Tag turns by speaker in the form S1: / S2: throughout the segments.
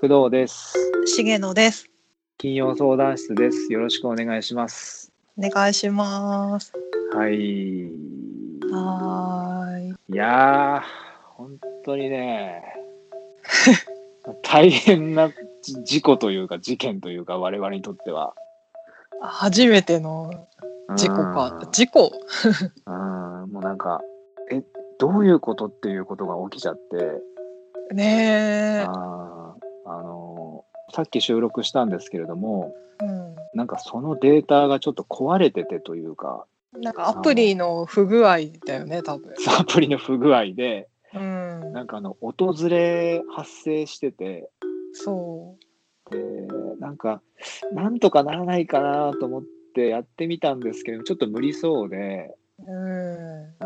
S1: 工藤です。
S2: 重野です。
S1: 金曜相談室です。よろしくお願いします。
S2: お願いします。
S1: はい。い
S2: はーい。
S1: やー、本当にね、 大変なじ事故というか事件というか我々にとっては。
S2: 初めての 事故か。事故
S1: うん。うん、もうなんか、え、どういうことっていうことが起きちゃって、
S2: ねえ。
S1: あーあのーさっき収録したんですけれども、
S2: う
S1: なんかそのデータがちょっと壊れててというか、
S2: ん。なんかアプリの不具合だよね、多分。
S1: アプリの不具合で、
S2: うん。
S1: なんかあの、訪れ発生してて、
S2: そ
S1: でなんか、なんとかならないかなと思ってやってみたんですけど、ちょっと無理そうで、
S2: う。う
S1: うん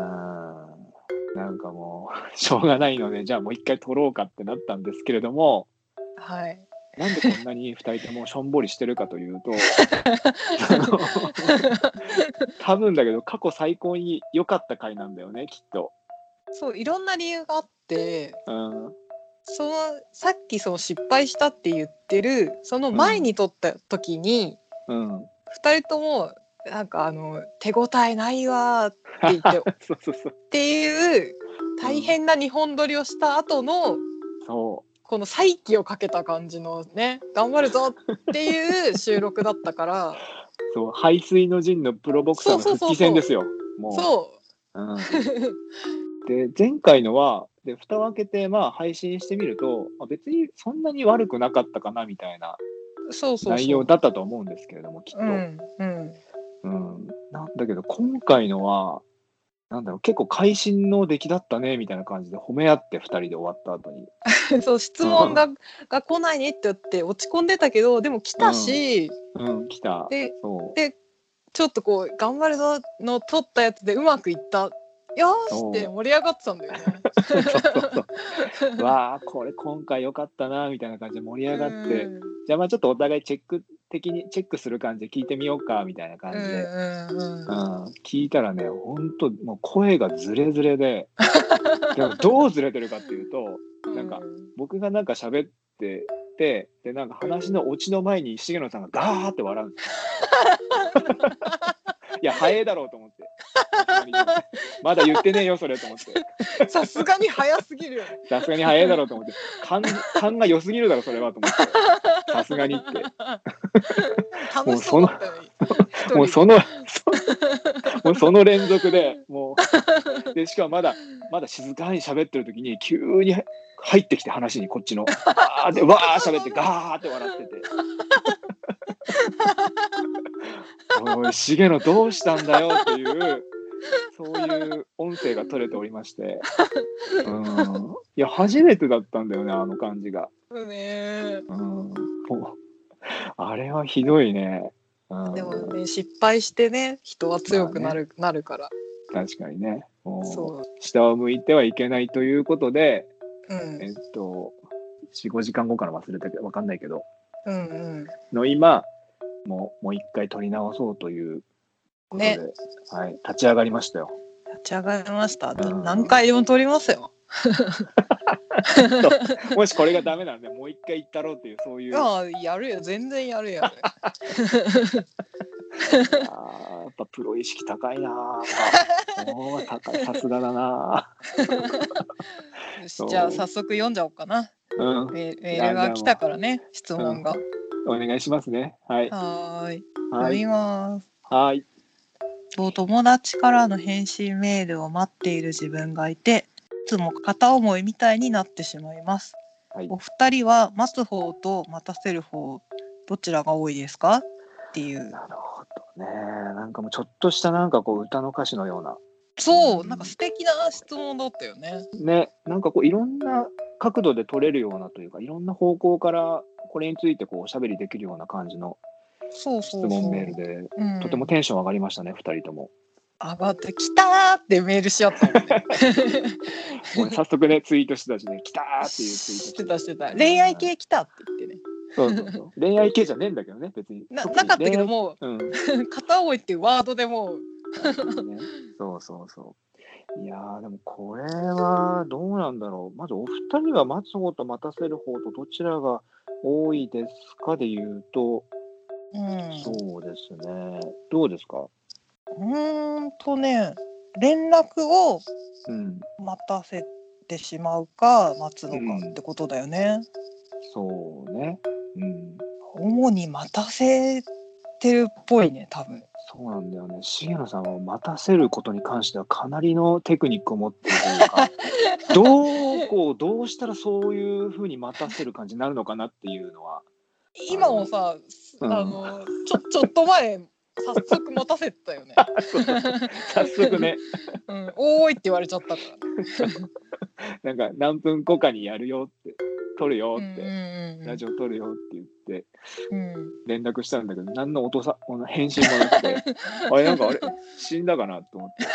S1: なんかもう、 しょうがないので、じゃあもう一回撮ろうかってなったんですけれども、
S2: ん。はい。
S1: なんでこんなに2人ともしょんぼりしてるかというと、あの多分だけど、過去最高に良かった回なんだよね、きっと。
S2: そう、いろんな理由があって、
S1: うん、
S2: そのさっきその失敗したって言ってるその前に撮った時に、
S1: うん、
S2: 二人ともなんかあの手応えないわーって言って
S1: そうそうそう。
S2: っていう大変な日本撮りをした後の
S1: そう
S2: この再起をかけた感じのね頑張るぞっていう収録だったから
S1: そう、排水の陣のプロボクサーの復帰戦ですよ。 もう。
S2: そ
S1: うん
S2: う
S1: で、前回のは、で、蓋を開けて、まあ、配信してみると、まあ、別にそんなに悪くなかったかな、みたいな
S2: そうそうそう
S1: 内容だったと思うんですけれども、きっと。
S2: うんうん
S1: うんなんだけど、今回のは、なんだろう、結構会心の出来だったね、みたいな感じで褒め合って、二人で終わった後に。
S2: そう質問がが来ないねって言って落ち込んでたけどでも来たし、
S1: うん、来た。
S2: で
S1: そう。
S2: ちょっとこう頑張るぞの撮ったやつでうまくいったよーしって盛り上がってたんだよね。
S1: そうそう そう。わあ、これ今回良かったな、みたいな感じで盛り上がって
S2: う。ん
S1: じゃあまあちょっとお互いチェック的にチェックする感じで聞いてみようかみたいな感じで、
S2: うんうん
S1: う
S2: うん
S1: ん、聞いたらねほんともう声がズレズレででもどうズレてるかっていうとなんか僕がなんか喋っててでなんか話のオチの前に重野さんがガーって笑うんですよいや早えだろうと思ってまだ言ってねえよそれと思って
S2: さすがに早すぎるよね。
S1: さすがに早えだろうと思って勘勘が良すぎるだろそれはと思ってさすがにって
S2: 楽しそうだったのに。一人で
S1: もうそ の、そもうその連続で、もう、 で、しかもまだ、まだ静かに喋ってる時に、急に入ってきて話にこっちの、あーって、わー喋って、ガーって笑ってて。おい、しげのどうしたんだよっていう、そういう音声が取れておりまして。うん。いや、初めてだったんだよね、あの感じが。
S2: そうね。
S1: うん。もうあれはひどいね。うん、
S2: でもね失敗してね人は強くなる、なるから。
S1: 確かにね。もう
S2: そ
S1: 下を向いてはいけないということで、
S2: う。うん
S1: えっと、4、5時間後から忘れたけど、わかんないけど、
S2: うん
S1: の今、もう、もう一回取り直そうということで、
S2: ね
S1: はい、立ち上がりましたよ。
S2: うん。立ち上がりました。
S1: うん
S2: 何回でも撮りますよ。
S1: もしこれがダメならね、もう一回行ったろうっていう、そうい、
S2: いうや
S1: あ
S2: やるよ全然やるよ。
S1: ーやっぱプロ意識高いな ぁおー高い、さすがだな
S2: よし
S1: そう
S2: じゃあ早速読んじゃおうかな。
S1: ぁうん、
S2: メメールが来たからね質問が。
S1: お願いしますね。はい。
S2: はーい。
S1: は
S2: 読
S1: い。
S2: みます。
S1: はい。
S2: と友達からの返信メールを待っている自分がいていつも片思いみたいになってしまいます、
S1: はい
S2: お二人は待つ方と待たせる方どちらが多いですかっていう
S1: なるほどね。なんかもうちょっとしたなんかこう歌の歌詞のような。
S2: そうなんか素敵な質問だったよね
S1: ね、なんかこういろんな角度で取れるようなというか、いろんな方向からこれについてこうおしゃべりできるような感じの
S2: そう
S1: 質
S2: そうそう
S1: 問メールで、
S2: うん
S1: とてもテンション上がりましたね、二人と も。
S2: 上がってきたーってメールしち ゃったもんね
S1: もう早速ね、ツイートしてたしね、来たーっていうツイート
S2: してたしてた恋愛系来たって言ってね
S1: そうそうそう。恋愛系じゃねえんだけどね、別に。
S2: な
S1: 特
S2: な
S1: に
S2: かったけど
S1: 恋愛。
S2: も
S1: うん。
S2: う片思いっていうワードでもう
S1: ねそうそうそう。いやーでもこれはどうなんだろう。まずお二人は待つ方と待たせる方とどちらが多いですかで言うと、
S2: うん
S1: そうですね。どうですか
S2: うーんとね連絡を
S1: うん。
S2: 待たせてしまうか待つのかってことだよね。
S1: そうね。うん。
S2: 主に待たせてるっぽいね多分。
S1: そうなんだよね。重野さんは待たせることに関してはかなりのテクニックを持っているというか、ど うこうどうしたらそういうふうに待たせる感じになるのかなっていうのは、
S2: 今もさ、
S1: うん
S2: あのちょちょっと前早速待たせてたよね。
S1: 早速ね、
S2: うん、おーいって言われちゃったから。
S1: なんか何分後かにやるよって、撮るよって、
S2: うんうんうん
S1: ラジオ撮るよって言って
S2: うん
S1: 連絡したんだけど、何の音さ返信もなくて、あれなんかあれ死んだかなと思 って。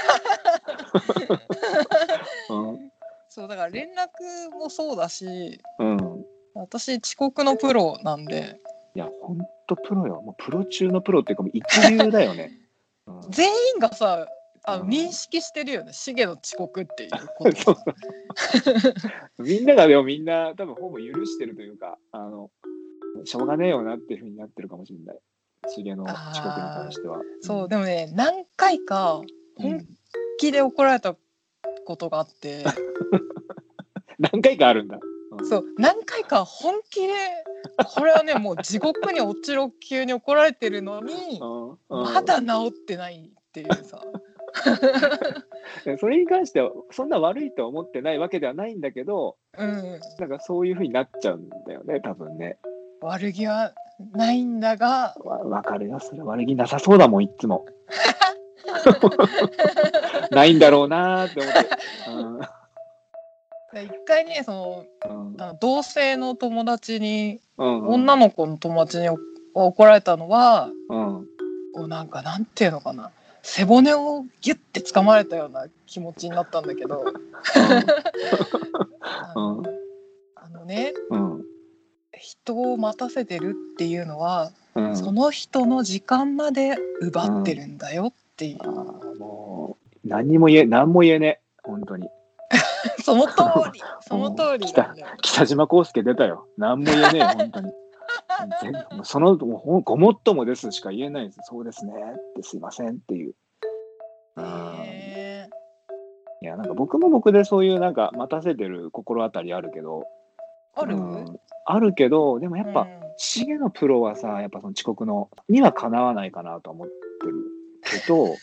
S2: そうだから連絡もそうだし
S1: うん。うん。
S2: 私遅刻のプロなんで
S1: いや、ほんとプロよ。もうプロ中のプロっていうか、もう一流だよ ね。うん
S2: 全員がさあ
S1: う
S2: の
S1: ん
S2: 認識してるよねシゲの遅刻っていうこと
S1: そ
S2: を
S1: うみんながでもみんな多分ほぼ許してるというかあのしょうがねえよなっていうふうになってるかもしれない重の遅刻に関しては。
S2: そう
S1: で
S2: でもね何回か本気で怒られたことがあって
S1: 何回かあるんだ。
S2: そう何回か本気でこれはねもう地獄に落ちろ級に怒られてるのに
S1: うんうん
S2: まだ治ってないっていうさ
S1: それに関してはそんな悪いとは思ってないわけではないんだけど
S2: うん
S1: なんかそういうふうになっちゃうんだよね多分ね。
S2: 悪気はないんだが
S1: わわかるよそれ悪気なさそうだもんいっつ も。ないんだろうなーって思って。
S2: で一回ねその
S1: うん
S2: あの同性の友達に
S1: うんうん
S2: 女の子の友達にお怒られたのは
S1: うん
S2: おなんかなんていうのかな背骨をギュッて掴まれたような気持ちになったんだけどあの,、
S1: うん
S2: あのね
S1: うん
S2: 人を待たせてるっていうのは、
S1: うん
S2: その人の時間まで奪ってるんだよっていう
S1: あ、あもう何にも言え何も言えねえ本当に
S2: その通りその通りなんだよ。
S1: 北島康介出たよ何も言えねえ本当に 全部もうそのもうほんごもっともですしか言えないですそうですねってすいませんっていう、あー
S2: ね
S1: いやなんか僕も僕でそういうなんか待たせてる心当たりあるけど
S2: ある、
S1: うんあるけどでもやっぱ、シゲのプロはさやっぱその遅刻のにはかなわないかなと思ってるけ ど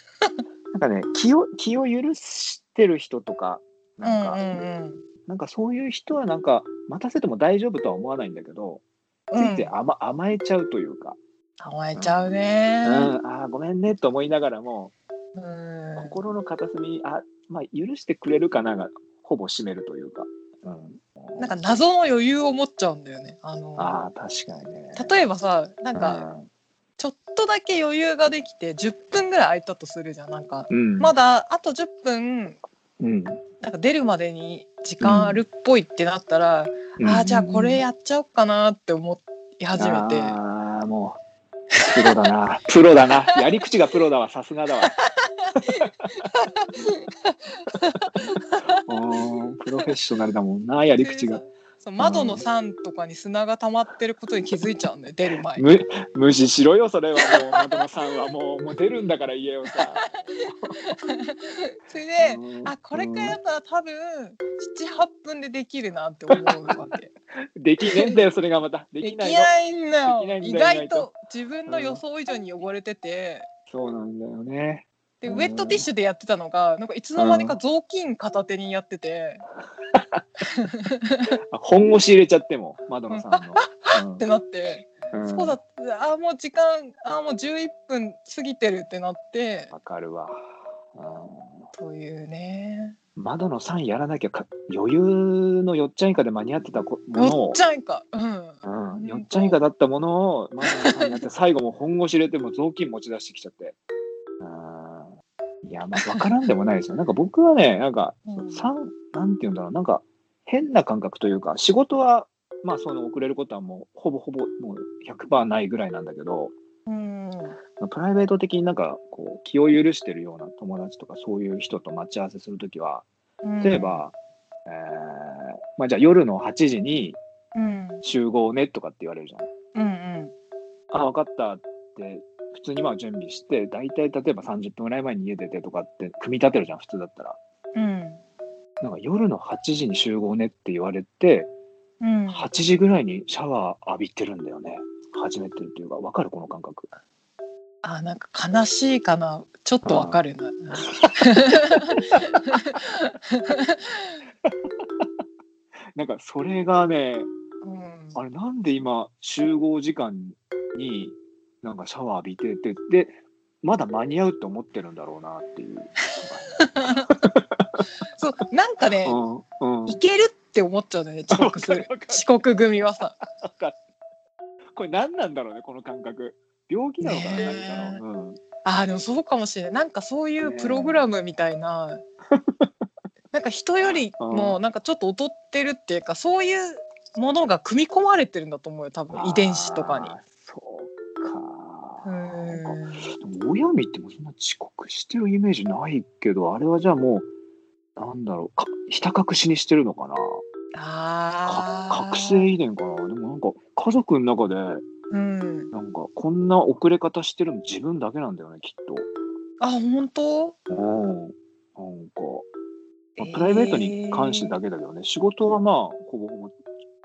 S1: なんかね気を気を許してる人とか
S2: うん、
S1: なんか、
S2: うんうん
S1: なんかそういう人はなんか待たせても大丈夫とは思わないんだけど、
S2: うん
S1: ついつい甘甘えちゃうというか、
S2: 甘えちゃう
S1: う
S2: ね
S1: ん、ああごめんねと思いながらも、
S2: うん
S1: 心の片隅にあまあ許してくれるかながほぼ占めるというか、うん、
S2: なんか謎の余裕を持っちゃうんだよね。あの
S1: ああ確かにね
S2: 例えばさなんか
S1: うん
S2: ちょっとだけ余裕ができて10分ぐらい空いたとするじゃんなんか
S1: うん
S2: まだあと10分
S1: うん
S2: なんか出るまでに時間あるっぽいってなったら、ああじゃあこれやっちゃおっかなって思い始めて
S1: ああもうプロだな プロだなやり口がプロだわさすがだ わうんプロフェッショナルだもんなやり口が
S2: そう窓の3とかに砂が溜まってることに気づいちゃうんだよ出る前に
S1: む無視しろよそれはもう的場さんはもうもう出るんだから言えよさ。
S2: それで
S1: うん
S2: あこれくらいだったら多分78分でできるなって思うわけ。
S1: うんできねえんだよそれがま たで
S2: で
S1: き
S2: き
S1: ないの。
S2: ないんだよ
S1: できないんだよ
S2: 意
S1: 意外
S2: 外
S1: と
S2: と自分の予想以上に汚れてて、
S1: そうなんだよね。
S2: で
S1: うん
S2: ウェットティッシュでやってたのがなんかいつの間にか雑巾片手にやってて、
S1: あ本腰入れちゃっても窓野さんの。
S2: ってなって、
S1: うんうん
S2: そうだあーもう時間あーもう11分過ぎてるってなって
S1: わかるわ。うん
S2: というね
S1: 窓の3やらなきゃか余裕の4ちゃん以下で間に合ってたこもの
S2: よ
S1: を
S2: っちゃいかうん
S1: うん、4ちゃん以下だったものを窓の3になって最後もう本腰入れてもう雑巾持ち出してきちゃって。うんいやまあ分からんでもないですよ。なんか僕はねなんか
S2: うん
S1: さんなんて言うんだろうなんか変な感覚というか仕事はまあその遅れることはもうほぼほぼもう100%ないぐらいなんだけど
S2: うん
S1: プライベート的になんかこう気を許してるような友達とかそういう人と待ち合わせするときは
S2: うん
S1: 例えば、えーまあ、じゃあ夜の8時に
S2: うんうん
S1: 集合ねとかって言われるじゃん。
S2: うん
S1: あ、分かったって、普通にまあ準備して、大体例えば30分ぐらい前に家出てとかって組み立てるじゃん、普通だったら。
S2: うん
S1: なんか夜の8時に集合ねって言われて、
S2: うん
S1: 8時ぐらいにシャワー浴びてるんだよね。初めてるっていうか、分かるこの感覚。
S2: あなんか悲しいかなちょっとわかるな
S1: なんかそれがね、
S2: うん
S1: あれなんで今集合時間になんかシャワー浴びててでまだ間に合うと思ってるんだろうなっていう。
S2: そうなんかね
S1: うんうん。
S2: いけるって思っちゃうんだよね遅刻 す
S1: わかる
S2: る
S1: わかる
S2: 遅刻組はさ
S1: これ何なんだろうねこの感覚。病気なのかな
S2: ね
S1: 何
S2: え
S1: かの。うん。
S2: あーでもそうかもしれないなんかそういうプログラムみたいな、 なんか人よりもなんかちょっと劣ってるっていうかそういうものが組み込まれてるんだと思うよ多分遺伝子とかに
S1: あー。そう
S2: う
S1: か。なんか
S2: ん
S1: でも親見ってもそんな遅刻してるイメージないけどあれはじゃあもうなんだろうかひた隠しにしてるのかな。か
S2: あー
S1: 覚醒遺伝かな。でもなんか家族の中で。
S2: うん
S1: なんかこんな遅れ方してるの自分だけなんだよねきっ
S2: あ本当
S1: と。うん。なんか、まあプライベートに関してだけだけどね、仕事はまあほぼほ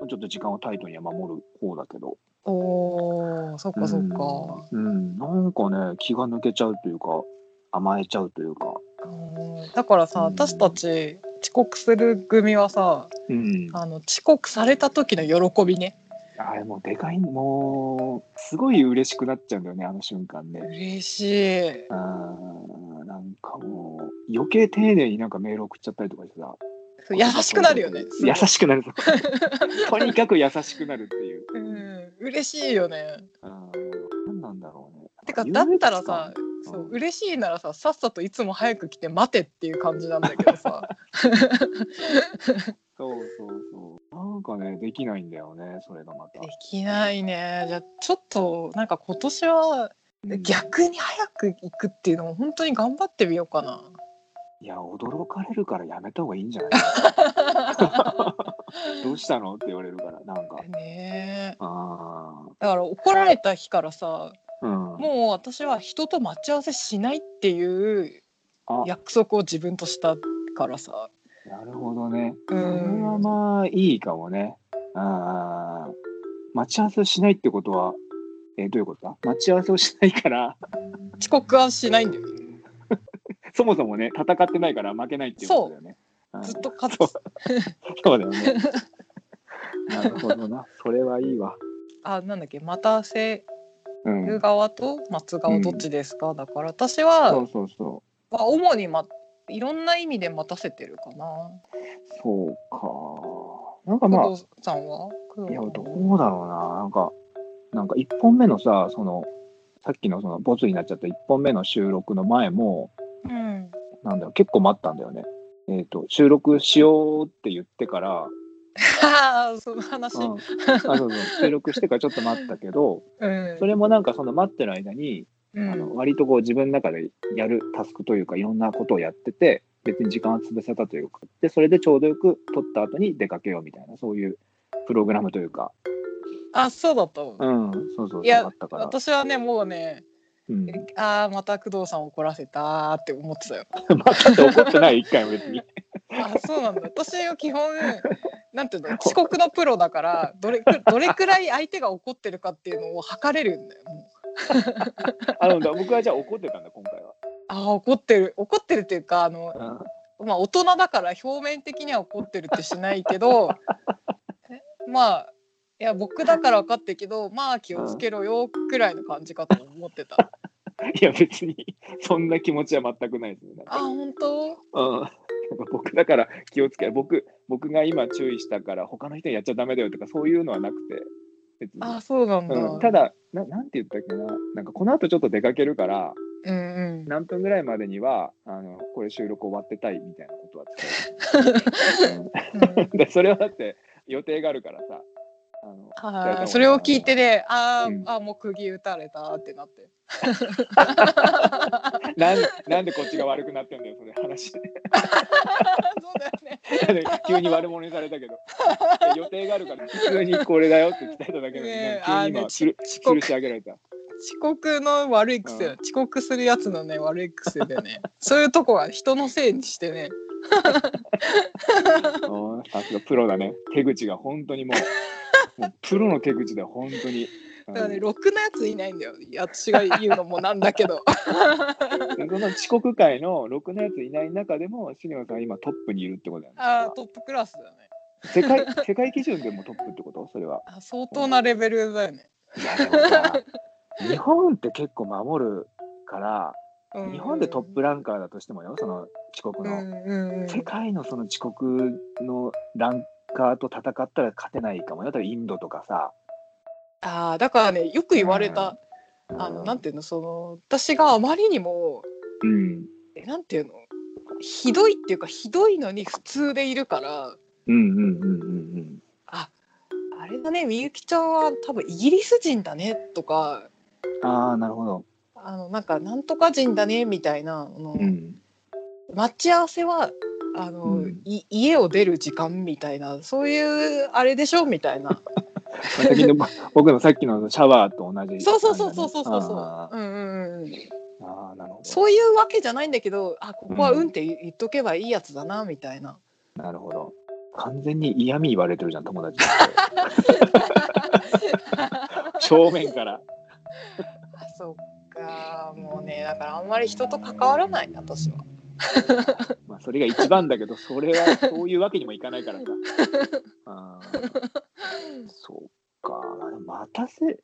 S1: ぼちょっと時間をタイトには守る方だけど。
S2: おーそっかそっか、
S1: うん。うんなんかね気が抜けちゃうというか甘えちゃうというか。
S2: うんだから
S1: う
S2: さ
S1: ん
S2: 私たち遅刻する組はさ
S1: うん。
S2: あの遅刻された時の喜びね
S1: あれもうでかいもうすごい嬉しくなっちゃうんだよねあの瞬間ね。
S2: 嬉しい
S1: うん。なんかもう余計丁寧になんかメール送っちゃったりとかしてさ。
S2: そう優しくなるよね。
S1: 優しくなるとか とにかく優しくなるっていう。
S2: く。うん、嬉しいよね。
S1: うん、何なんだろうね。
S2: てか
S1: 優越
S2: だっ
S1: 感
S2: たらさ、そう嬉しいならさ、さっさといつも早く来て待てっていう感じなんだけ どさ。
S1: そうそうそう。なんかね、できないんだよね、それがまた
S2: で。きないね。じゃあちょっとなんか今年は
S1: うん
S2: 逆に早く行くっていうのも本当に頑張ってみようかな。
S1: いや、驚かれるからやめた方がいいんじゃない どうしたのって言われるから、なんか。
S2: ねえ。
S1: あ
S2: だから怒られた日からさ、
S1: あ、うん。
S2: もう私は人と待ち合わせしないっていう
S1: あ
S2: 約束を自分としたからさ。
S1: なるほどね。
S2: う
S1: そ
S2: ん
S1: れはまあ、いいかもね。ああ、待ち合わせをしないってことは、えどういうことだ待ち合わせをしないから、
S2: 遅刻はしないんだよね。
S1: そもそもね、戦ってないから負けないっていうことだよね。うん
S2: ずっと勝
S1: そ
S2: つ
S1: う。そうだよ ね。なるほどな。それはいいわ。
S2: あなんだっけ待たせ
S1: うん。
S2: る
S1: そ
S2: 側と待つ側どっちですか、だから私は、
S1: うそうそ
S2: まあ、主に、ま、いろんな意味で待たせてるか
S1: う。
S2: な
S1: そうか。なんかま
S2: 工
S1: あ、
S2: 藤さんは工
S1: い
S2: 藤
S1: や、
S2: さんは
S1: どうだろうな。なんか、なんか1本目のさ、その、さっきのそのボツになっちゃった1本目の収録の前も、
S2: うん
S1: なんだろう、結構待ったんだよね。えっ、と、収録しようって言ってから、
S2: あーその話、
S1: うん、あそうそう収録してからちょっと待ったけ ど、
S2: うん
S1: それもなんかその待ってる間に、
S2: うん
S1: あの割とこう自分の中でやるタスクというかいろんなことをやってて別に時間を潰せたというかでそれでちょうどよく撮った後に出かけようみたいなそういうプログラムというか
S2: あそうだったわ
S1: うんそうそうそ
S2: い
S1: う
S2: や
S1: あったから、
S2: 私はねもうね
S1: うん、
S2: あーまた工藤さん怒らせたーって思ってたよ
S1: またって怒ってない一回も別に
S2: あそうなんだ私は基本なんていう の遅刻のプロだからどれくどれくらい相手が怒ってるかっていうのを測れるんだよもう
S1: あのだ僕はじゃあ怒ってたんだ今回は
S2: あー怒ってる怒ってるっていうかあの、まあ、大人だから表面的には怒ってるってしない けどえまあいや僕だから分かってるけどまあ気をつけろよくらいの感じかと思ってた。
S1: いや別にそんな気持ちは全くないですねなん
S2: あー
S1: か
S2: 本当
S1: うんなんか僕だから気をつけ僕僕が今注意したから他の人にやっちゃダメだよとかそういうのはなくて別に
S2: あーそうなんだ。
S1: うん、ただな、なんて言ったっけな、なんかこの後ちょっと出かけるから、
S2: う んうん、
S1: 何分ぐらいまでには、あのこれ収録終わってたいみたいなことは伝えて
S2: うん
S1: うんでそれはだって予定があるからさ、あの
S2: あーそれを聞いてねあー、
S1: うん
S2: あーもう釘打たれたってなって
S1: なんなんでこっちが悪くなってんだよそれ話
S2: そうだよね
S1: 急に悪者にされたけど予定があるから普通にこれだよって伝えただけなのに、
S2: ねえ
S1: 急に
S2: あーね
S1: 今つる
S2: 遅
S1: 吊る
S2: 刻
S1: し上げられた
S2: 遅刻の悪い癖、
S1: うん
S2: 遅刻するやつのね悪い癖でねそういうとこは人のせいにしてね
S1: おーさすがプロだね手口が本当にもうもうプロの手口だよ本当に、うん
S2: だからねろくなやついないんだよ私が言うのもなんだけど
S1: その遅刻界のろくなやついない中でも杉野さんは今トップにいるってことだよね
S2: あートップクラスだね
S1: 世界世界基準でもトップってことそれは
S2: あ相当なレベルだよね、
S1: いやでもさ日本って結構守るから
S2: うん
S1: 日本でトップランカーだとしてもよその遅刻
S2: う
S1: の、
S2: んうんうん
S1: 世界のその遅刻のランカーと戦ったら勝てないかもよ例えばインドとかさ
S2: あーだからねよく言われた、あのなん
S1: て
S2: ていうのその私があまりにも
S1: うん
S2: えなんていうのひどいっていうかひどいのに普通でいるから
S1: うんうんうんうんうん
S2: ああれだねみゆきちゃんは多分イギリス人だねとか
S1: ああなるほど
S2: あのなんかなんとか人だねみたいなあの、
S1: う ん
S2: 待ち合わせはあの、
S1: うん
S2: い家を出る時間みたいなそういうあれでしょみたいな
S1: 先の僕のさっきのシャワーと同じ、
S2: そうそうそうそうそうそう
S1: あ
S2: そう,、うんうんうん、
S1: ーあーなるほ
S2: そういうわけじゃないんだけどあここは
S1: うん
S2: うんって言っとけばいいやつだなみたいな。
S1: どなるほど完全に嫌味言われてるじゃん友達正面から
S2: あそっかもうねだからあんまり人と関わらない私は。
S1: まあそれが一番だけどそれはそういうわけにもいかないからさあーそうかでも待たせ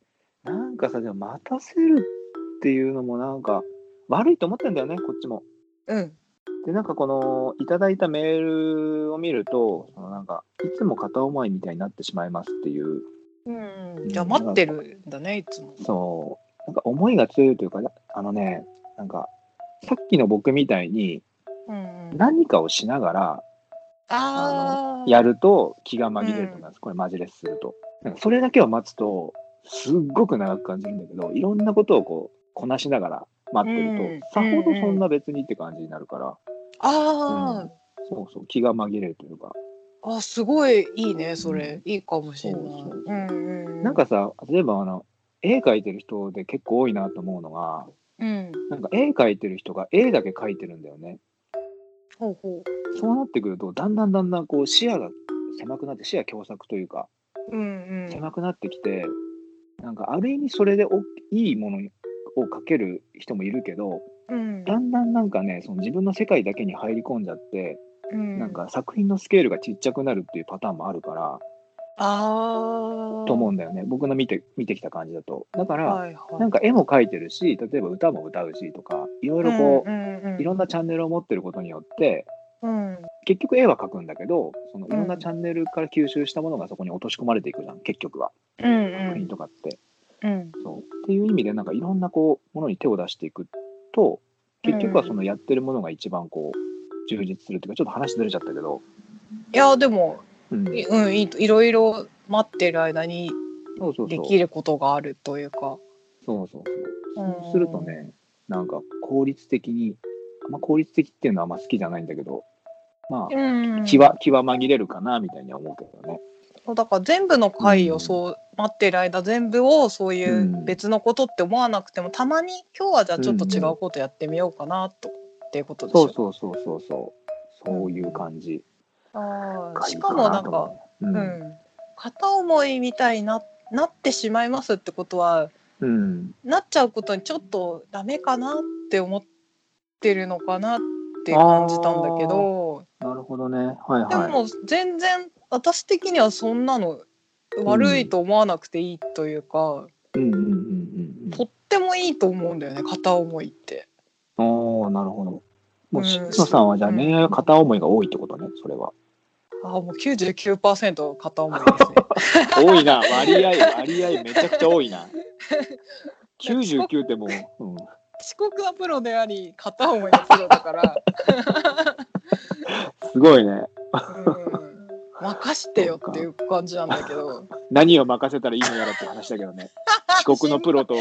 S1: なんかさでも待たせるっていうのもなんか悪いと思ってんだよねこっちも
S2: うん
S1: でなんかこのいただいたメールを見るとそのなんかいつも片思いみたいになってしまいますっていう
S2: うん、じゃあ待ってるんだねいつも。
S1: そうなんか思いが強いというかあのねなんかさっきの僕みたいに
S2: うんうん、あ
S1: 何かをしながら
S2: あー
S1: やると気が紛れると思います、これマジレスするとなんかそれだけを待つとすっごく長く感じるんだけどいろんなことをこうこなしながら待ってると、
S2: うん
S1: さほどそんな別にって感じになるから、
S2: あー、
S1: そうそう気が紛れるというか
S2: あすごいいいねそれ、いいかもしれない。
S1: そうそう
S2: うんうん、
S1: なんかさ例えばあの絵描いてる人で結構多いなと思うのが
S2: うん、
S1: なんか絵描いてる人が絵だけ描いてるんだよね
S2: ほうほ
S1: そうなってくるとだんだんだんだんこう視野が狭くなって視野狭窄というか
S2: う。うんうん。
S1: 狭くなってきてなんかある意味それでおいいものを描ける人もいるけど
S2: うん
S1: だんだんなんかねその自分の世界だけに入り込んじゃって
S2: うん、
S1: なんか作品のスケールがちっちゃくなるっていうパターンもあるから
S2: ああ
S1: と思うんだよね僕の見て見てきた感じだとだから、
S2: はいはい、
S1: なんか絵も描いてるし例えば歌も歌うしとかいろいろこう、
S2: うんうんうん、
S1: いろんなチャンネルを持ってることによって
S2: うん
S1: 結局絵は描くんだけどそのいろんなチャンネルから吸収したものがそこに落とし込まれていくじゃん結局は
S2: うん
S1: 作品
S2: う
S1: とかって。
S2: んうん
S1: そうっていう意味でなんかいろんなこうものに手を出していくと結局はそのやってるものが一番こう充実するっていうかちょっと話ずれちゃったけど、
S2: いやでも
S1: うん、
S2: いうんいいいろいろ待ってる間に
S1: そうそう
S2: で
S1: そう
S2: きることがあるというか。
S1: そうそうそう
S2: うん
S1: そうするとねなんか効率的に、まあ、効率的っていうのはあんま好きじゃないんだけどまあ
S2: うん
S1: 気は気は紛れるかなみたいには思うけどね。
S2: そうだから全部の回をそう、待ってる間全部をそうい
S1: うん
S2: う別のことって思わなくても、たまに今日はじゃあちょっと違うことやってみようかなと、っていうことでしょ
S1: そうそうそうそうそうそういう感じ。
S2: あ
S1: が
S2: ー
S1: い
S2: し
S1: い
S2: かもなんか、
S1: と思
S2: う
S1: う、
S2: ん、片思いみたいにななってしまいますってことは
S1: うん、うん、
S2: なっちゃうことにちょっとダメかなって思ってるのかなって感じたんだけど
S1: なるほどね。はい
S2: で
S1: はい。
S2: も全然私的にはそんなの悪いと思わなくていいというか。
S1: うんうんうんうん
S2: とってもいいと思うんだよね片思いって。
S1: うん。おおなるほど。も
S2: う
S1: うんしのさんはじゃあ
S2: うん
S1: 恋愛は片思いが多いってことね、それは。
S2: ああもう99%片思い ですね。
S1: 多い な、割合、割合めちゃくちゃ多いな。99ってもう、うん、
S2: 遅刻はプロであり片思いのプロだから、
S1: すごいね。
S2: うん、任してよっていう感じなんだけど
S1: 何を任せたらいいのやらって話だけどね 遅刻のプロと
S2: し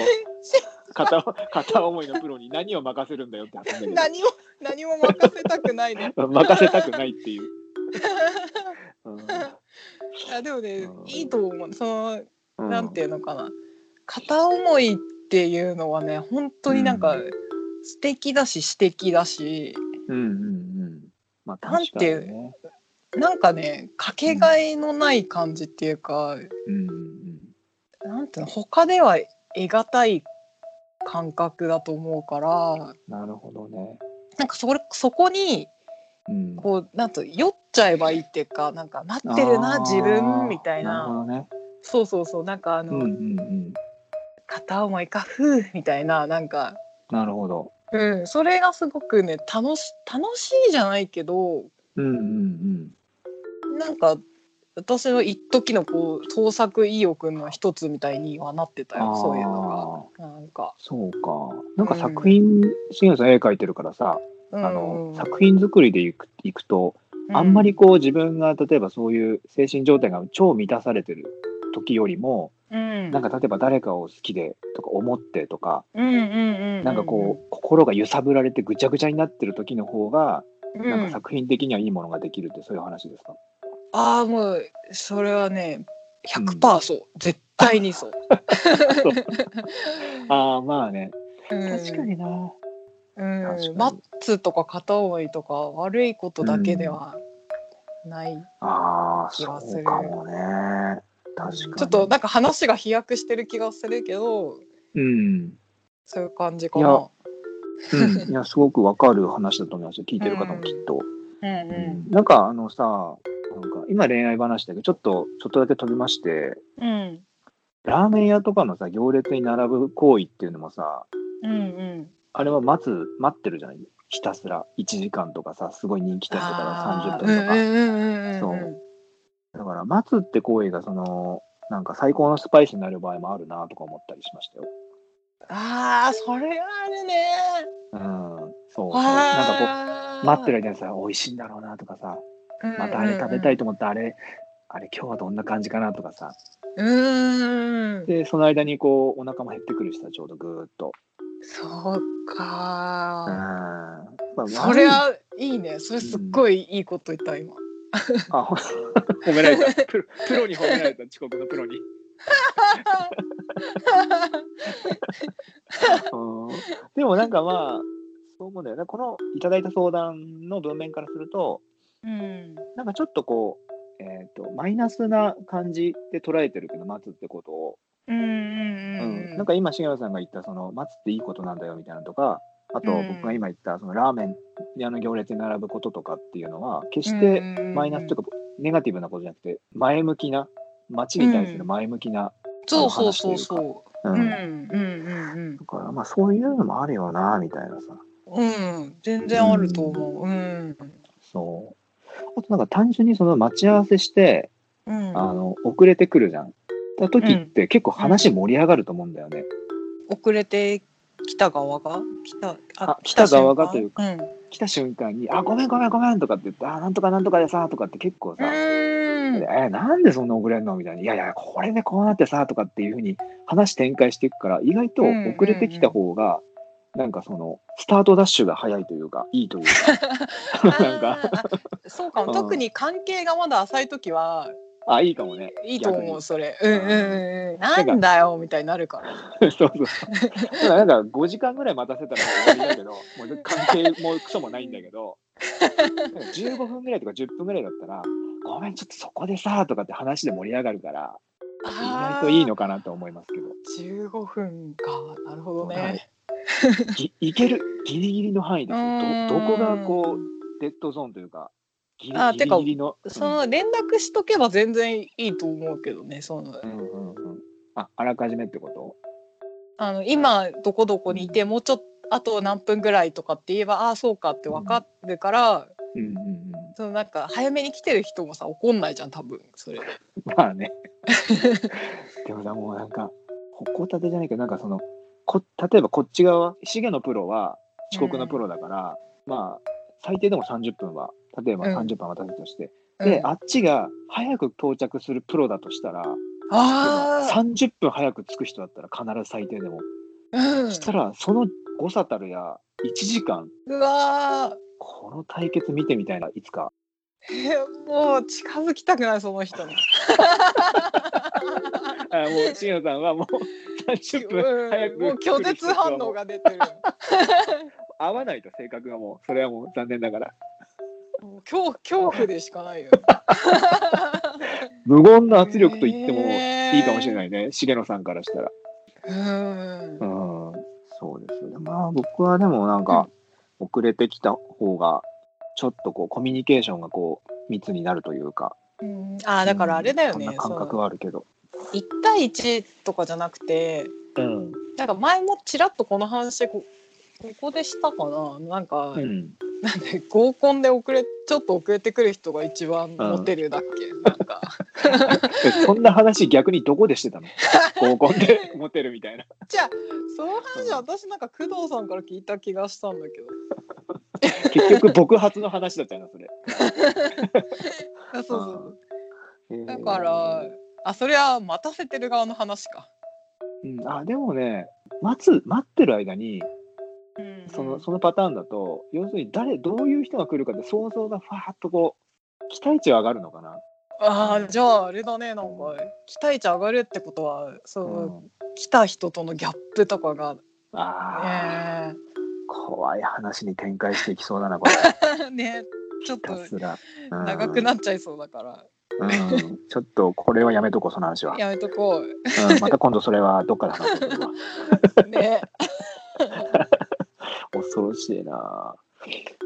S1: 片片思いのプロに何を任せるんだよって話だけど
S2: 何も 何も任せたくな いね
S1: 任せたくないっていう。うん
S2: いやでもね
S1: うん
S2: いいと思うその
S1: うん
S2: なんていうのかな片思いっていうのはね本当になんか
S1: う
S2: 素敵だし詩的だし
S1: うんうんうん。まあ、
S2: なんてい
S1: 確
S2: う
S1: かにね
S2: なんかねかけがえのない感じっていうか
S1: うんうん
S2: なんていうの他では得難い感覚だと思うから
S1: うん。なるほどね。
S2: なんかそれそこに
S1: うん、
S2: こうなんと酔っちゃえばいいっていうかなんかなって
S1: あ
S2: るな
S1: ー
S2: 自分みたい
S1: なるほど
S2: な
S1: ね。
S2: そうそうそうなんかあ
S1: う
S2: の、
S1: んうんうん。
S2: 片思いかふうみたいななんか
S1: なるほど。
S2: うん、それがすごくね楽し楽しいじゃないけど
S1: うんうん
S2: なんか私の一時のこう創作意欲の一つみたいにはなってた
S1: うん。ああ
S2: よそういうのがなんか、
S1: そうか。なんか作品、しげさん絵描いてるからさ、
S2: うん
S1: あの作品作りでいくいくと、あんまりこう自分が例えばそういう精神状態が超満たされてる時よりも、
S2: うん
S1: なんか例えば誰かを好きでとか思ってとか、
S2: うんうんうんう
S1: なんかこう心が揺さぶられてぐちゃぐちゃになってる時の方が、
S2: う
S1: なんか
S2: ん、
S1: 作品的にはいいものができるってそういう話ですか。
S2: ああもうそれはね100%そう、絶対にそう。
S1: ああまあね、
S2: うん
S1: 確かにな。確か
S2: う
S1: に
S2: ん、マッツとか片思いとか悪いことだけではない、
S1: ああ
S2: 気
S1: そ
S2: がする
S1: うかもね。確かに。
S2: ちょっとなんか話が飛躍してる気がするけど
S1: うん。
S2: そういう感じか
S1: い
S2: な。
S1: うん、いやすごくわかる話だと思いますよ聞いてる方もきっと。
S2: うん
S1: うんなんかあのさなんか今恋愛話だけどちょっとちょっとだけ飛びまして
S2: うんうん
S1: ラーメン屋とかのさ行列に並ぶ行為っていうのもさ
S2: うんうん
S1: あれは待つ待ってるじゃないひたすら1時間とかさすごい人気店だから
S2: あー
S1: 30分とか、
S2: うんうんうんうん
S1: そうだから待つって行為がそのなんか最高のスパイスになる場合もあるなとか思ったりしましたよ。
S2: ああそれはあるね
S1: うん、そうなんかこ
S2: あ
S1: う待ってる間にさ美味しいんだろうなとかさまたあれ食べたいと思ったあれあれ今日はどんな感じかなとかさ
S2: うんうんうん
S1: でその間にこうお腹も減ってくるしさちょうどぐーっと
S2: そう
S1: うん
S2: か
S1: まあ
S2: それはいいねそれすっごいいいこと言った今
S1: あほん褒められ たプロプロに褒められた遅刻のプロにうんでもなんかまあそう思うんだよねこのいただいた相談の文面からすると
S2: うん
S1: なんかちょっとこうえっ、とマイナスな感じで捉えてるけど待つってことを、
S2: うんうん
S1: う
S2: うんん
S1: なんか今重野さんが言ったその待つっていいことなんだよみたいなのとかあと
S2: うん
S1: 僕が今言ったそのラーメン屋の行列に並ぶこととかっていうのは決してマイナスという
S2: か
S1: か、ネガティブなことじゃなくて、前向きな、街に対する前向きな、
S2: そうそうそうそう
S1: う
S2: うんんう
S1: だ
S2: んうん
S1: から、まあ、そういうのもあるよな、みたいなさ、
S2: うんうん全然あると思ううん
S1: そう。あと、なんか単純にその待ち合わせして、
S2: うん
S1: あの、遅れてくるじゃん。た時って結構話盛り上がると思うんだよね。
S2: 遅れて来た側が来た
S1: あ来た側がという
S2: か。うん
S1: 来た瞬間に、あ、ごめんごめんごめんとかって言って、あ、なんとかなんとかでさ、とかって結構
S2: う
S1: さ、
S2: ーん
S1: でえ なんでそんな遅れんのみたいな「いやいやこれでこうなってさ」とかっていうふうに話展開していくから意外と
S2: うん
S1: 遅れてきた方が、なんかそのスタートダッシュが早いというかいいという かなんか
S2: あーあそうかも、
S1: うん
S2: 特に関係がまだ浅い時は
S1: あいいかもね
S2: いいと思うそれうん
S1: に
S2: うんうんうんなんだよみたいになるから
S1: 逆に そうそうそうなんか5時間ぐらい待たせたら終わりだけどもう関係もうクソもないんだけどなんか15分ぐらいとか10分ぐらいだったら「ごめんちょっとそこでさ」とかって話で盛り上がるから意外といいのかなと思いますけど。
S2: 15分かなるほど
S1: そうだ
S2: ね
S1: ねぎいけるギリギリの範囲ですよどどこがこうデッドゾーンというかギリ
S2: あ
S1: ギ
S2: てか
S1: リギリの、うん
S2: その連絡しとけば全然いいと思うけどねその
S1: うんうんうん、ああらかじめってこと
S2: あの今どこどこにいてもうちょっとあと何分ぐらいとかって言えばああーそうかって分かるから、
S1: うんうんうん
S2: そのなんか早めに来てる人もさ怒んないじゃん多分それ。
S1: まあねでもさもうなんかほこたてじゃないけどなんかそのこ例えばこっち側重のプロは遅刻のプロだから、まあ最低でも30分は例えば
S2: うん
S1: 30分は渡すとして、で、
S2: うん
S1: あっちが早く到着するプロだとしたら
S2: あ
S1: 30分早く着く人だったら必ず最低でも、
S2: あ、うん
S1: そしたらその誤差たるや1時間
S2: うわー
S1: この対決見てみたいないつか
S2: えもう近づきたくないその人に。
S1: あもうしのさんはもう 30分早
S2: うん
S1: く
S2: もう拒絶反応が出てる。
S1: 合わないと性格がもうそれはもう残念ながら
S2: もう恐恐怖でしかないよ。
S1: 無言の圧力と言ってもいいかもしれ
S2: い。
S1: ないね重野さんからしたら
S2: うん
S1: う。んそうですよねまあ僕はでもなんか遅れてきた方がちょっとこうコミュニケーションがこう密になるというか
S2: うんああだからあれだよね
S1: うん。そんな感覚
S2: その
S1: はあるけど
S2: 一対一とかじゃなくて、
S1: うん
S2: なんか前もちらっとこの話こここでしたかな。なんか、
S1: うん
S2: なんで合コンで遅れちょっと遅れてくる人が一番モテるだっけ、なんか。
S1: えそんな話逆にどこでして たの合コンでモテるみたいな
S2: じゃあその話は私なんか工藤さんから聞いた気がしたんだけど
S1: 結局僕発の話だったよなそれ
S2: あそうそう
S1: うん
S2: だからあそれは待たせてる側の話か、
S1: うん、あでもね待つ待ってる間に
S2: うん
S1: そのそのパターンだと要するに誰どういう人が来るかって想像がファーッとこう期待値は上がるのかな、
S2: あーじゃああれだねなんか期待値上がるってことはそうう、
S1: ん
S2: 来た人とのギャップとかが
S1: あー
S2: ね
S1: 怖い話に展開していきそうだな これ
S2: えねちょっ
S1: ひた
S2: と
S1: すら、うん
S2: 長くなっちゃいそうだから、
S1: うんちょっとこれはやめとこうその話は、
S2: やめとこ
S1: う
S2: う
S1: んまた今度それはどっかで話そうそれは
S2: ね
S1: 恐ろしいな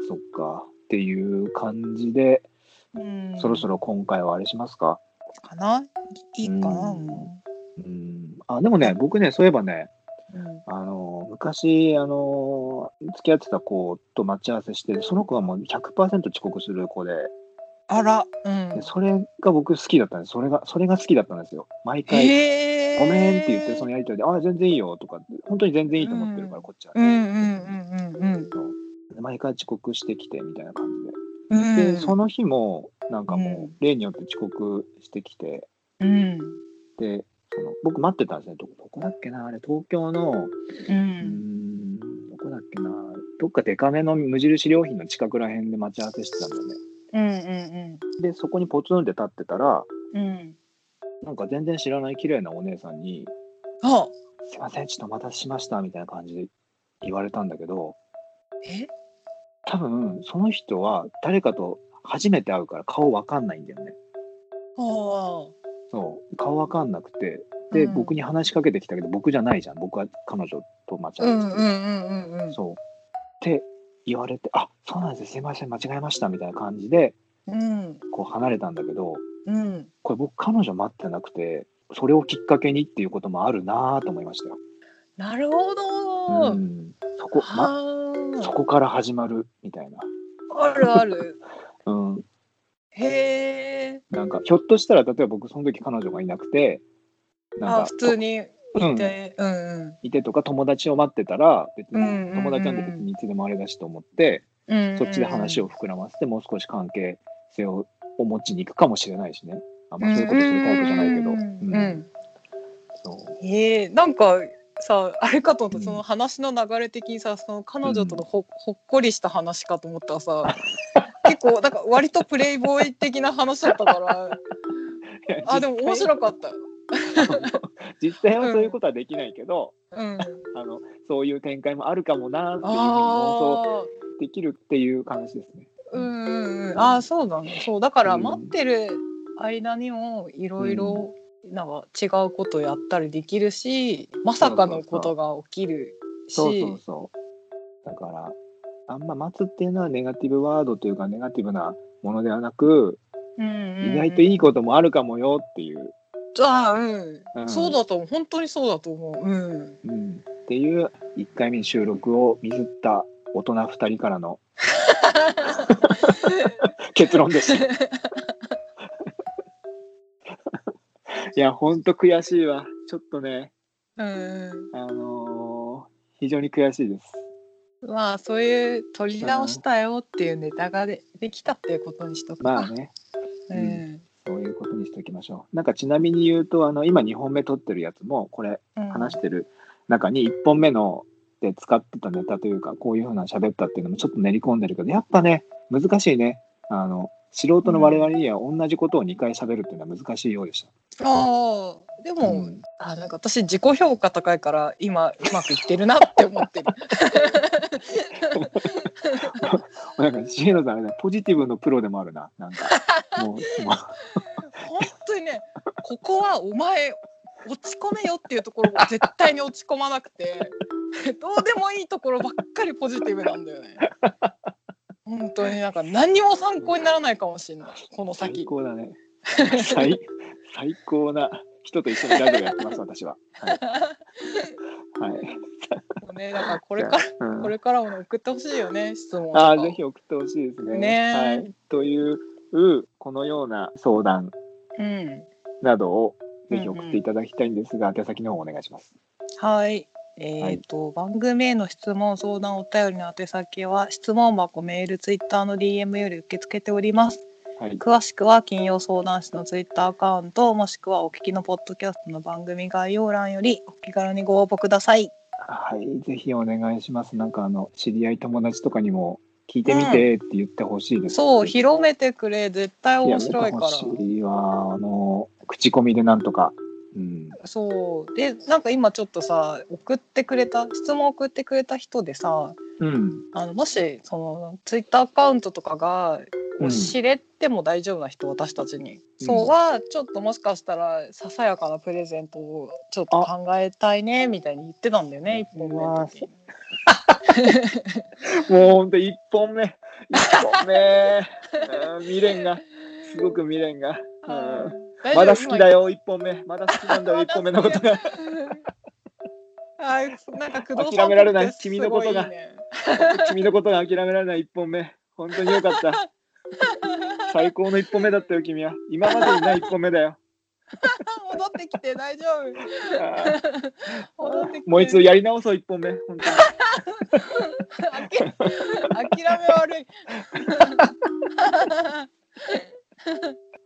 S1: そっかっていう感じで、
S2: うん
S1: そろそろ今回はあれしますか
S2: かないいいかな、
S1: うんうんあでもね僕ねそういえばね、
S2: うん
S1: あの昔あの付き合ってた子と待ち合わせしてその子はもう100%遅刻する子で
S2: あら、うん
S1: で、それが僕好きだったんですそれがそれが好きだったんですよ毎回「
S2: へえ
S1: ごめん」って言ってそのやり取りで「あ全然いいよ」とか本当に全然いいと思ってるから、
S2: うん
S1: こっちは、
S2: うんうんうんうん
S1: で毎回遅刻してきてみたいな感
S2: うん。
S1: じで、
S2: うん
S1: でその日もなんかも
S2: うん
S1: う例によって遅刻してきて
S2: うん
S1: でその僕待ってたんですねどどこだっけなあれ東京の
S2: う
S1: うんんどこだっけなどっかデカめの無印良品の近くら辺で待ち合わせしてたんだよね
S2: うんうん
S1: でそこにポツンって立ってたら
S2: うんうん。
S1: なんか全然知らない綺麗なお姉さんに
S2: あ、
S1: 「すいませんちょっとお待たせしました」みたいな感じで言われたんだけど
S2: え、
S1: 多分その人は誰かと初めて会うから顔わかんないんだよね
S2: は
S1: そう顔わかんなくてで、
S2: うん
S1: 僕に話しかけてきたけど僕じゃないじゃん僕は彼女と待ち
S2: あ。
S1: 合
S2: う
S1: わ
S2: ん
S1: せし
S2: うん
S1: て
S2: うんうんうん。
S1: そう。って言われて、あそうなんです、すいません、間違えましたみたいな感じで、
S2: うん
S1: こう離れたんだけど、
S2: うん。
S1: これ、僕、彼女待ってなくて、それをきっかけにっていうこともあるなぁと思いましたよ。
S2: なるほど。
S1: ん、そこ、ま、そ
S2: は
S1: こから始まるみたいな。
S2: あ。あるある。
S1: うん、
S2: へえ。
S1: なんか、ひょっとしたら、例えば僕、その時彼女がいなくて、なん
S2: あ、
S1: か、
S2: 普通にい
S1: うん、
S2: て、うん
S1: いてとか、友達を待ってたら、別に、
S2: うんうんうん
S1: 友達なんて別にいつでもあれだしと思って、
S2: うん。
S1: そっちで話を。膨らませて、もう少し関係性をお持ちに行くかもしれないしね。あんまそういうことするタイプじゃないけど。
S2: う
S1: うん
S2: んうん。
S1: そう
S2: ええ、なんか。さあれかと
S1: う
S2: 思っ
S1: ん
S2: たその話の流れ的にさその彼女とのほ,、ほっこりした話かと思った らさ結構なんか割とプレイボーイ的な話だっ たからあでも面白かった。
S1: 実際はそういうことはでき ないけど、
S2: うん。
S1: あのそういう展開もあるかもなーっていうふうに妄想
S2: ああ。
S1: できるっていう話ですね。
S2: うんうんうん。ああそうだね。そうだから
S1: うん
S2: 待ってる間にもいろいろなんか違うことやったりできるし、まさかのことが起きるし。
S1: そうそうそう。だからあんま待つっていうのはネガティブワードというかネガティブなものではなく、
S2: うんうんうん
S1: 意外といいこともあるかもよっていう、
S2: ああうん、
S1: うん
S2: そうだと思う本当にそうだと思う。うん。
S1: うん、っていう1回目の収録をミスった大人2人から の結論 です。いや、ほんと悔しいわ。ちょっとね、
S2: うん
S1: あのー非常に悔しいです。
S2: まあそういう取り直したよっていうネタがでできたっていうことにしとくか。
S1: まあね、う
S2: うんん
S1: そういうことにしておきましょう。なんかちなみに言うと、あの今2本目撮ってるやつも、これ
S2: うん
S1: 話してる中に1本目ので使ってたネタというか、こういうふうな喋ったっていうのもちょっと練り込んでるけど、やっぱね、難しいね。あの素人の我々には同じことを2回喋るっていうのは難しいようでし
S2: あーで
S1: た。
S2: も、
S1: うん
S2: あなんか私自己評価高いから今うまくいってるなって思ってる。
S1: なんか、シエノさんあれね、ポジティブのプロでもあるな。なんか、もう、もう
S2: 本当にねここはお前落ち込めよっていうところが絶対に落ち込まなくてどうでもいいところばっかりポジティブなんだよね。本当になんか何にも参考にならないかもしれないこの
S1: 最
S2: 先。
S1: 高だね。最最高な人と一緒にラジオやってます、私は。はい。はい
S2: もうねだからこれから
S1: うん
S2: これからも送ってほしいよね質問とか。
S1: あーぜひ送ってほしいですね。
S2: ねー
S1: はい、というこのような相談
S2: うん
S1: などをぜひ送っていただきたいんですが、宛先の方お願いします。
S2: はい。えっ、と、番組への質問、相談、お便りの宛先は、質問箱、メール、ツイッターの DM より受け付けております。
S1: はい、
S2: 詳しくは金曜相談室のツイッターアカウントもしくはお聞きのポッドキャストの番組概要欄よりお気軽にご応募ください。
S1: はい、ぜひお願いします。なんかあの知り合い友達とかにも聞いてみてって言ってほしいです。
S2: そう広めてくれ絶対面白いから。
S1: 欲しいわあの口コミでなんとか。うん。
S2: そうでなんか今ちょっとさ送ってくれた質問送ってくれた人でさ
S1: うん。
S2: あのもしそのツイッターアカウントとかが
S1: う
S2: こ
S1: ん
S2: う知れても大丈夫な人、私たちに、
S1: うん
S2: そうはちょっともしかしたらささやかなプレゼントをちょっと考えたいねみたいに言ってたんだよね一本目の時
S1: もう本当一本目、一本 目、うん未練がすごく未練が。うん
S2: 大丈夫
S1: まだ好きだよ、一本目。まだ好きなん だよ、一本目のことが。
S2: あーなんか工藤さ
S1: 諦
S2: ん
S1: められない
S2: ってすご
S1: 君のことが
S2: いいね
S1: 君のことが諦められない一本目。本当によか った。最高の一本目だったよ、君は。今までにない一本目だよ。
S2: 戻ってきて大丈
S1: あ
S2: 夫。戻ってき
S1: ー
S2: て
S1: もう一度やり直そう、一本目。本当に
S2: あき諦め悪い。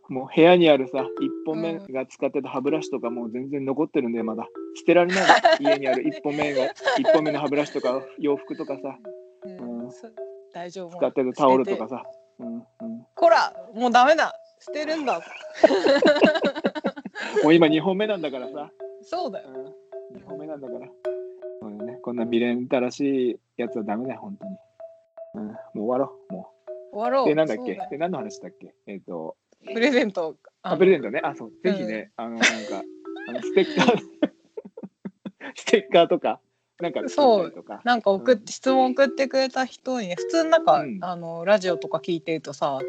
S1: もう部屋にあるさ、一本目が使ってた歯ブラシとかもう全然残ってるんで、まだ。捨てられないわ。家にある一本目が、一本目の歯ブラシとか洋服とかさ、
S2: うんそ大丈夫。
S1: 使ってるタオルとか
S2: 捨てて。
S1: さ。うんうん、
S2: こら、もうダメだ。捨てるんだ。
S1: もう今2本目なんだからさ。
S2: そうだよ。
S1: 2本目なんだから。そうよね、こんな未練たらしいやつはダメだよ、本当に。うん、もう終わろう、も
S2: 終わろ
S1: う。
S2: う。
S1: で、なんだっ
S2: そう
S1: け
S2: だよ
S1: で、何の話だっけえっ、と、
S2: プレゼント。
S1: あ、プレゼントね。あ、そう、ぜひね、あの、なんか、あのステッカー、 ステッカーとか、なんか、
S2: そう
S1: とか。
S2: なんか送っ
S1: うん
S2: て質問送ってくれた人にね普通なんか、
S1: うん
S2: あのラジオとか聞いてるとさ、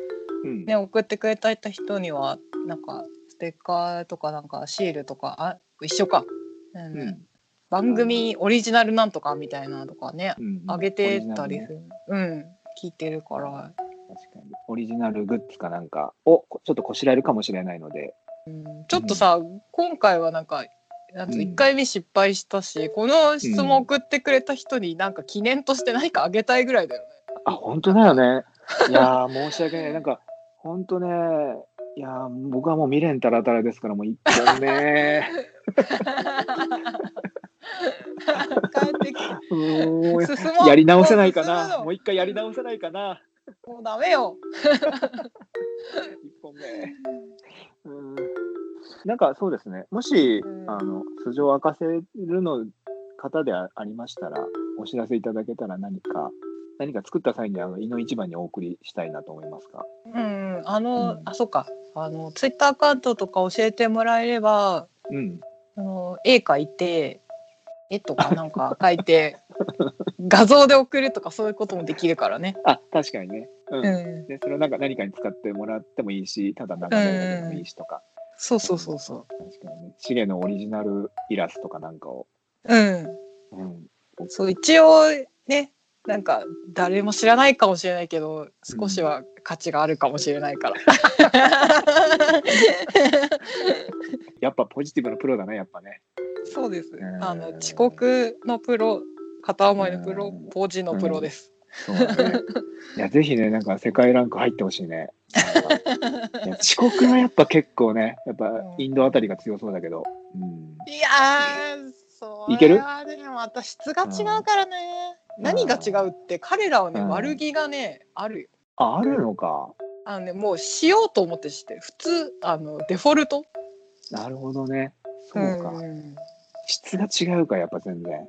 S1: うん、
S2: ね、送ってくれた人にはなんかステッカーとかなんかシールとかあ一緒か、うん
S1: うん
S2: 番組オリジナルなんとかみたいなのとかね
S1: うん
S2: あげてたり
S1: オリジナ
S2: す
S1: ルね
S2: る、うん聞いてるから、
S1: 確かにオリジナルグッズかなんかをこちょっとこしらえるかもしれないので
S2: うんちょっとさ、今回はなんかなん
S1: うん
S2: 1回目失敗したし、この質問送ってくれた人になんか記念として何かあげたいぐらいだよね。
S1: あ本当だよね。いやー申し訳ない。なんか本当ね、いやー僕はもう未練たらたらですからもう一本ね。
S2: 帰ってきて
S1: うー
S2: 進も
S1: ん
S2: う
S1: やり直せないか
S2: 進む
S1: な。
S2: の
S1: もう一回やり直せないかな。
S2: もうダメよ。
S1: 一本目。うん。なんかそうですね。もし、
S2: うん
S1: あの素性を明かせるの方であありましたらお知らせいただけたら何か何か作った際にあの井の一番にお送りしたいなと思いますが。
S2: うん、あの、
S1: うん
S2: あ、そうか。あの、ツイッターアカウントとか教えてもらえれば、
S1: うん。
S2: あの、絵描いて。絵と かなんか描いて、画像で送るとか、そういうこともできるからね。
S1: あ確かにね。うん
S2: うん、
S1: でそれをなんか何かに使ってもらってもいいし、ただ眺めるだけでもいいしとか、
S2: そうそうそうそ
S1: 確かにね、シゲのオリジナルイラストかなんかを、
S2: う。うん、
S1: うん、
S2: そう、一応、ね。なんか誰も知らないかもしれないけど少しは価値があるかもしれないから。
S1: やっぱポジティブのプロだね、やっぱね。
S2: そうです
S1: う。ん
S2: あの遅刻のプロ、片思いのプ
S1: う
S2: ロ
S1: ん、
S2: ポジのプロです。
S1: そうだ ね。いや、ぜひね、なんか世界ランク入ってほしいね。いや遅刻はやっぱ結構ね、やっぱインドあたりが強そうだけど。うん。
S2: いやーそう
S1: いける
S2: でもまた質が違うからね、
S1: うん
S2: 何が違うって彼らはね、
S1: うん
S2: 悪気がねあるよ
S1: あ、あるのか。
S2: あのねもうしようと思ってして普通あのデフォルト
S1: なるほどね。そうか。
S2: ん
S1: 質が違うか、やっぱ全然。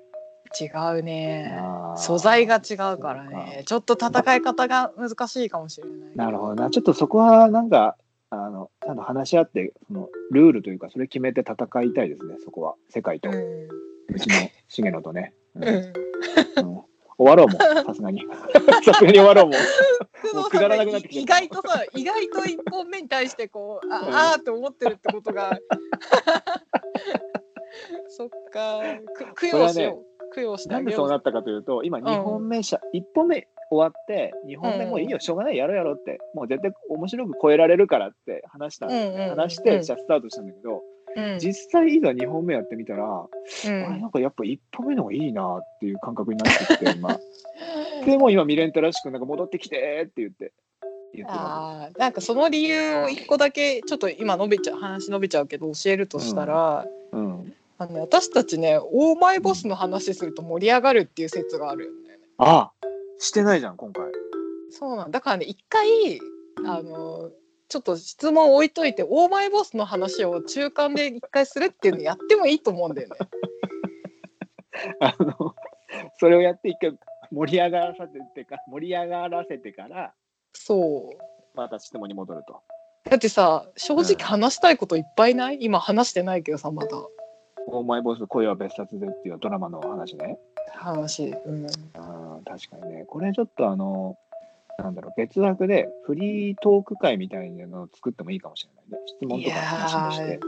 S2: 違うね
S1: あー
S2: 素材が違うから
S1: そうか
S2: ねちょっと戦い方が難しいかもしれない
S1: なるほどな。ちょっとそこはなんか、あの、ちゃんと話し合って、そのルールというか、それ決めて戦いたいですね、そこは。世界と、
S2: う
S1: うんちの重野とね。うん
S2: うん
S1: うん終わろうもん、さすが に。さすがに終わろうもん。もうくだらなくなってきて
S2: 意外とさ意外と一本目に対してこうあ、
S1: うん
S2: あーって思ってるってことが そっかく供養しよう、供養して
S1: な
S2: あ
S1: んで
S2: げよ
S1: そう
S2: う
S1: なったかというと、今、2本目しゃ、1本目終わって、2本目もういいよ、しょうがない、やろうやろうって、もう絶対面白く超えられるからって話したんだよね、
S2: うんうんうん
S1: 話して、じゃあスタートしたんだけど、
S2: うん
S1: 実際、いざ2本目やってみたら、
S2: う
S1: あれ
S2: ん
S1: なんかやっぱ1本目の方がいいなっていう感覚になってきて、今。 でも今、未練たらしく、なんか戻ってきてって言って、言ってま
S2: あーなんかその理由を一個だけちょっと今述べちゃう話述べちゃうけど教えるとしたら、
S1: す。うん、
S2: あのね私たちねオーマイボスの話すると盛り上がるっていう説があるよね。
S1: あしてないじゃん、今回。
S2: そうなんだからね一回あのちょっと質問置いといてオーマイボスの話を中間で一回するっていうのやってもいいと思うんだよね。
S1: あの、それをやって一回盛り上がらせてか、盛り上がらせてから、
S2: そ
S1: また質問に戻ると。
S2: うだってさ正
S1: うん
S2: 直話したいこといっぱいない今話してないけどさまだ
S1: お前ボス恋は別冊でっていうドラマの話ね。
S2: 話。うん
S1: あー確かにね。これちょっとあの、なんだろう、別枠でフリートーク会みたいなのを作ってもいいかもしれないね。質問
S2: い
S1: とか
S2: や
S1: の話もして。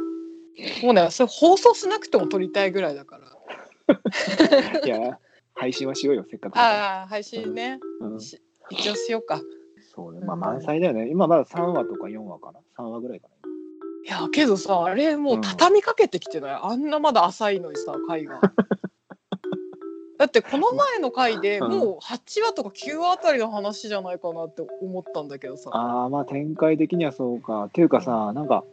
S2: ーもうねそれ放送しなくても撮りたいぐらいだから。
S1: いや、配信はしようよ、せっかくだから。
S2: ああ配信ね
S1: うん、
S2: し一応しようか。
S1: そうね。まあ満載だよね。今まだ3話とか4話かな。3話ぐらいかな。
S2: いやけどさあれもう畳みかけてきてない、あんなまだ浅いのにさ回 が。だってこの前の回で
S1: うん
S2: もう8話とか9話あたりの話じゃないかなって思ったんだけどさ
S1: ああ、まあ展開的にはそうか。っていうかさ、なんか、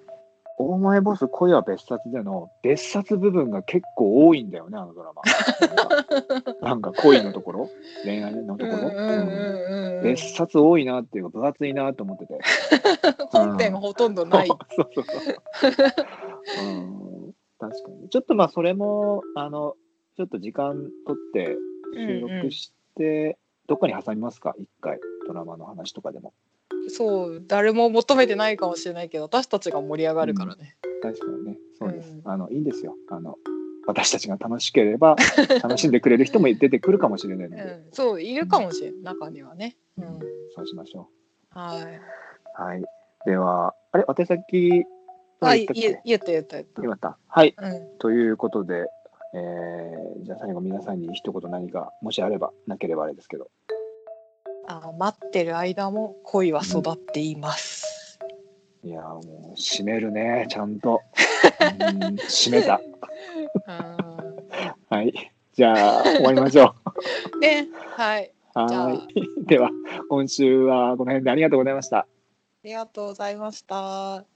S1: お前ボス恋は別冊での別冊部分が結構多いんだよね、あのド ラマ。なんかなんか恋のところ、恋愛のところ。うん
S2: うんうん
S1: 別冊多いなっていうか、分厚いなと思って て。
S2: 本編がほとんど ない
S1: そうそうそう。うん、確かに。ちょっとまあ、それも、あの、ちょっと時間取って 収
S2: うんうん
S1: 録して、どっかに挟みますか、一回、ドラマの話とかでも。
S2: そう誰も求めてないかもしれないけど私たちが盛り上がるからね、
S1: 確かにね、そうです。
S2: うん
S1: あのいいんですよ。あの私たちが楽しけれ ば楽しんでくれる人も出てくるかもしれないの
S2: うん
S1: で、
S2: そういるかもしれん中にはね、うん、
S1: そうしましょ
S2: はい、
S1: う。はい。では、あれ宛先
S2: は
S1: 言
S2: い
S1: ったっけ
S2: 言え言った言った言った
S1: 言った。はい。
S2: うん
S1: ということで、えーじゃあ最後皆さんに一言何かもしあればなければあれですけど。
S2: あ待ってる間も恋は育っています、
S1: いやーもう締めるねちゃんと。うん締め た。
S2: う
S1: はい。じゃあ終わりましょ
S2: んね、はい。
S1: う。
S2: じゃあ、
S1: は
S2: あ
S1: い。では今週はこの辺でありがとうございました。
S2: りがとうございました。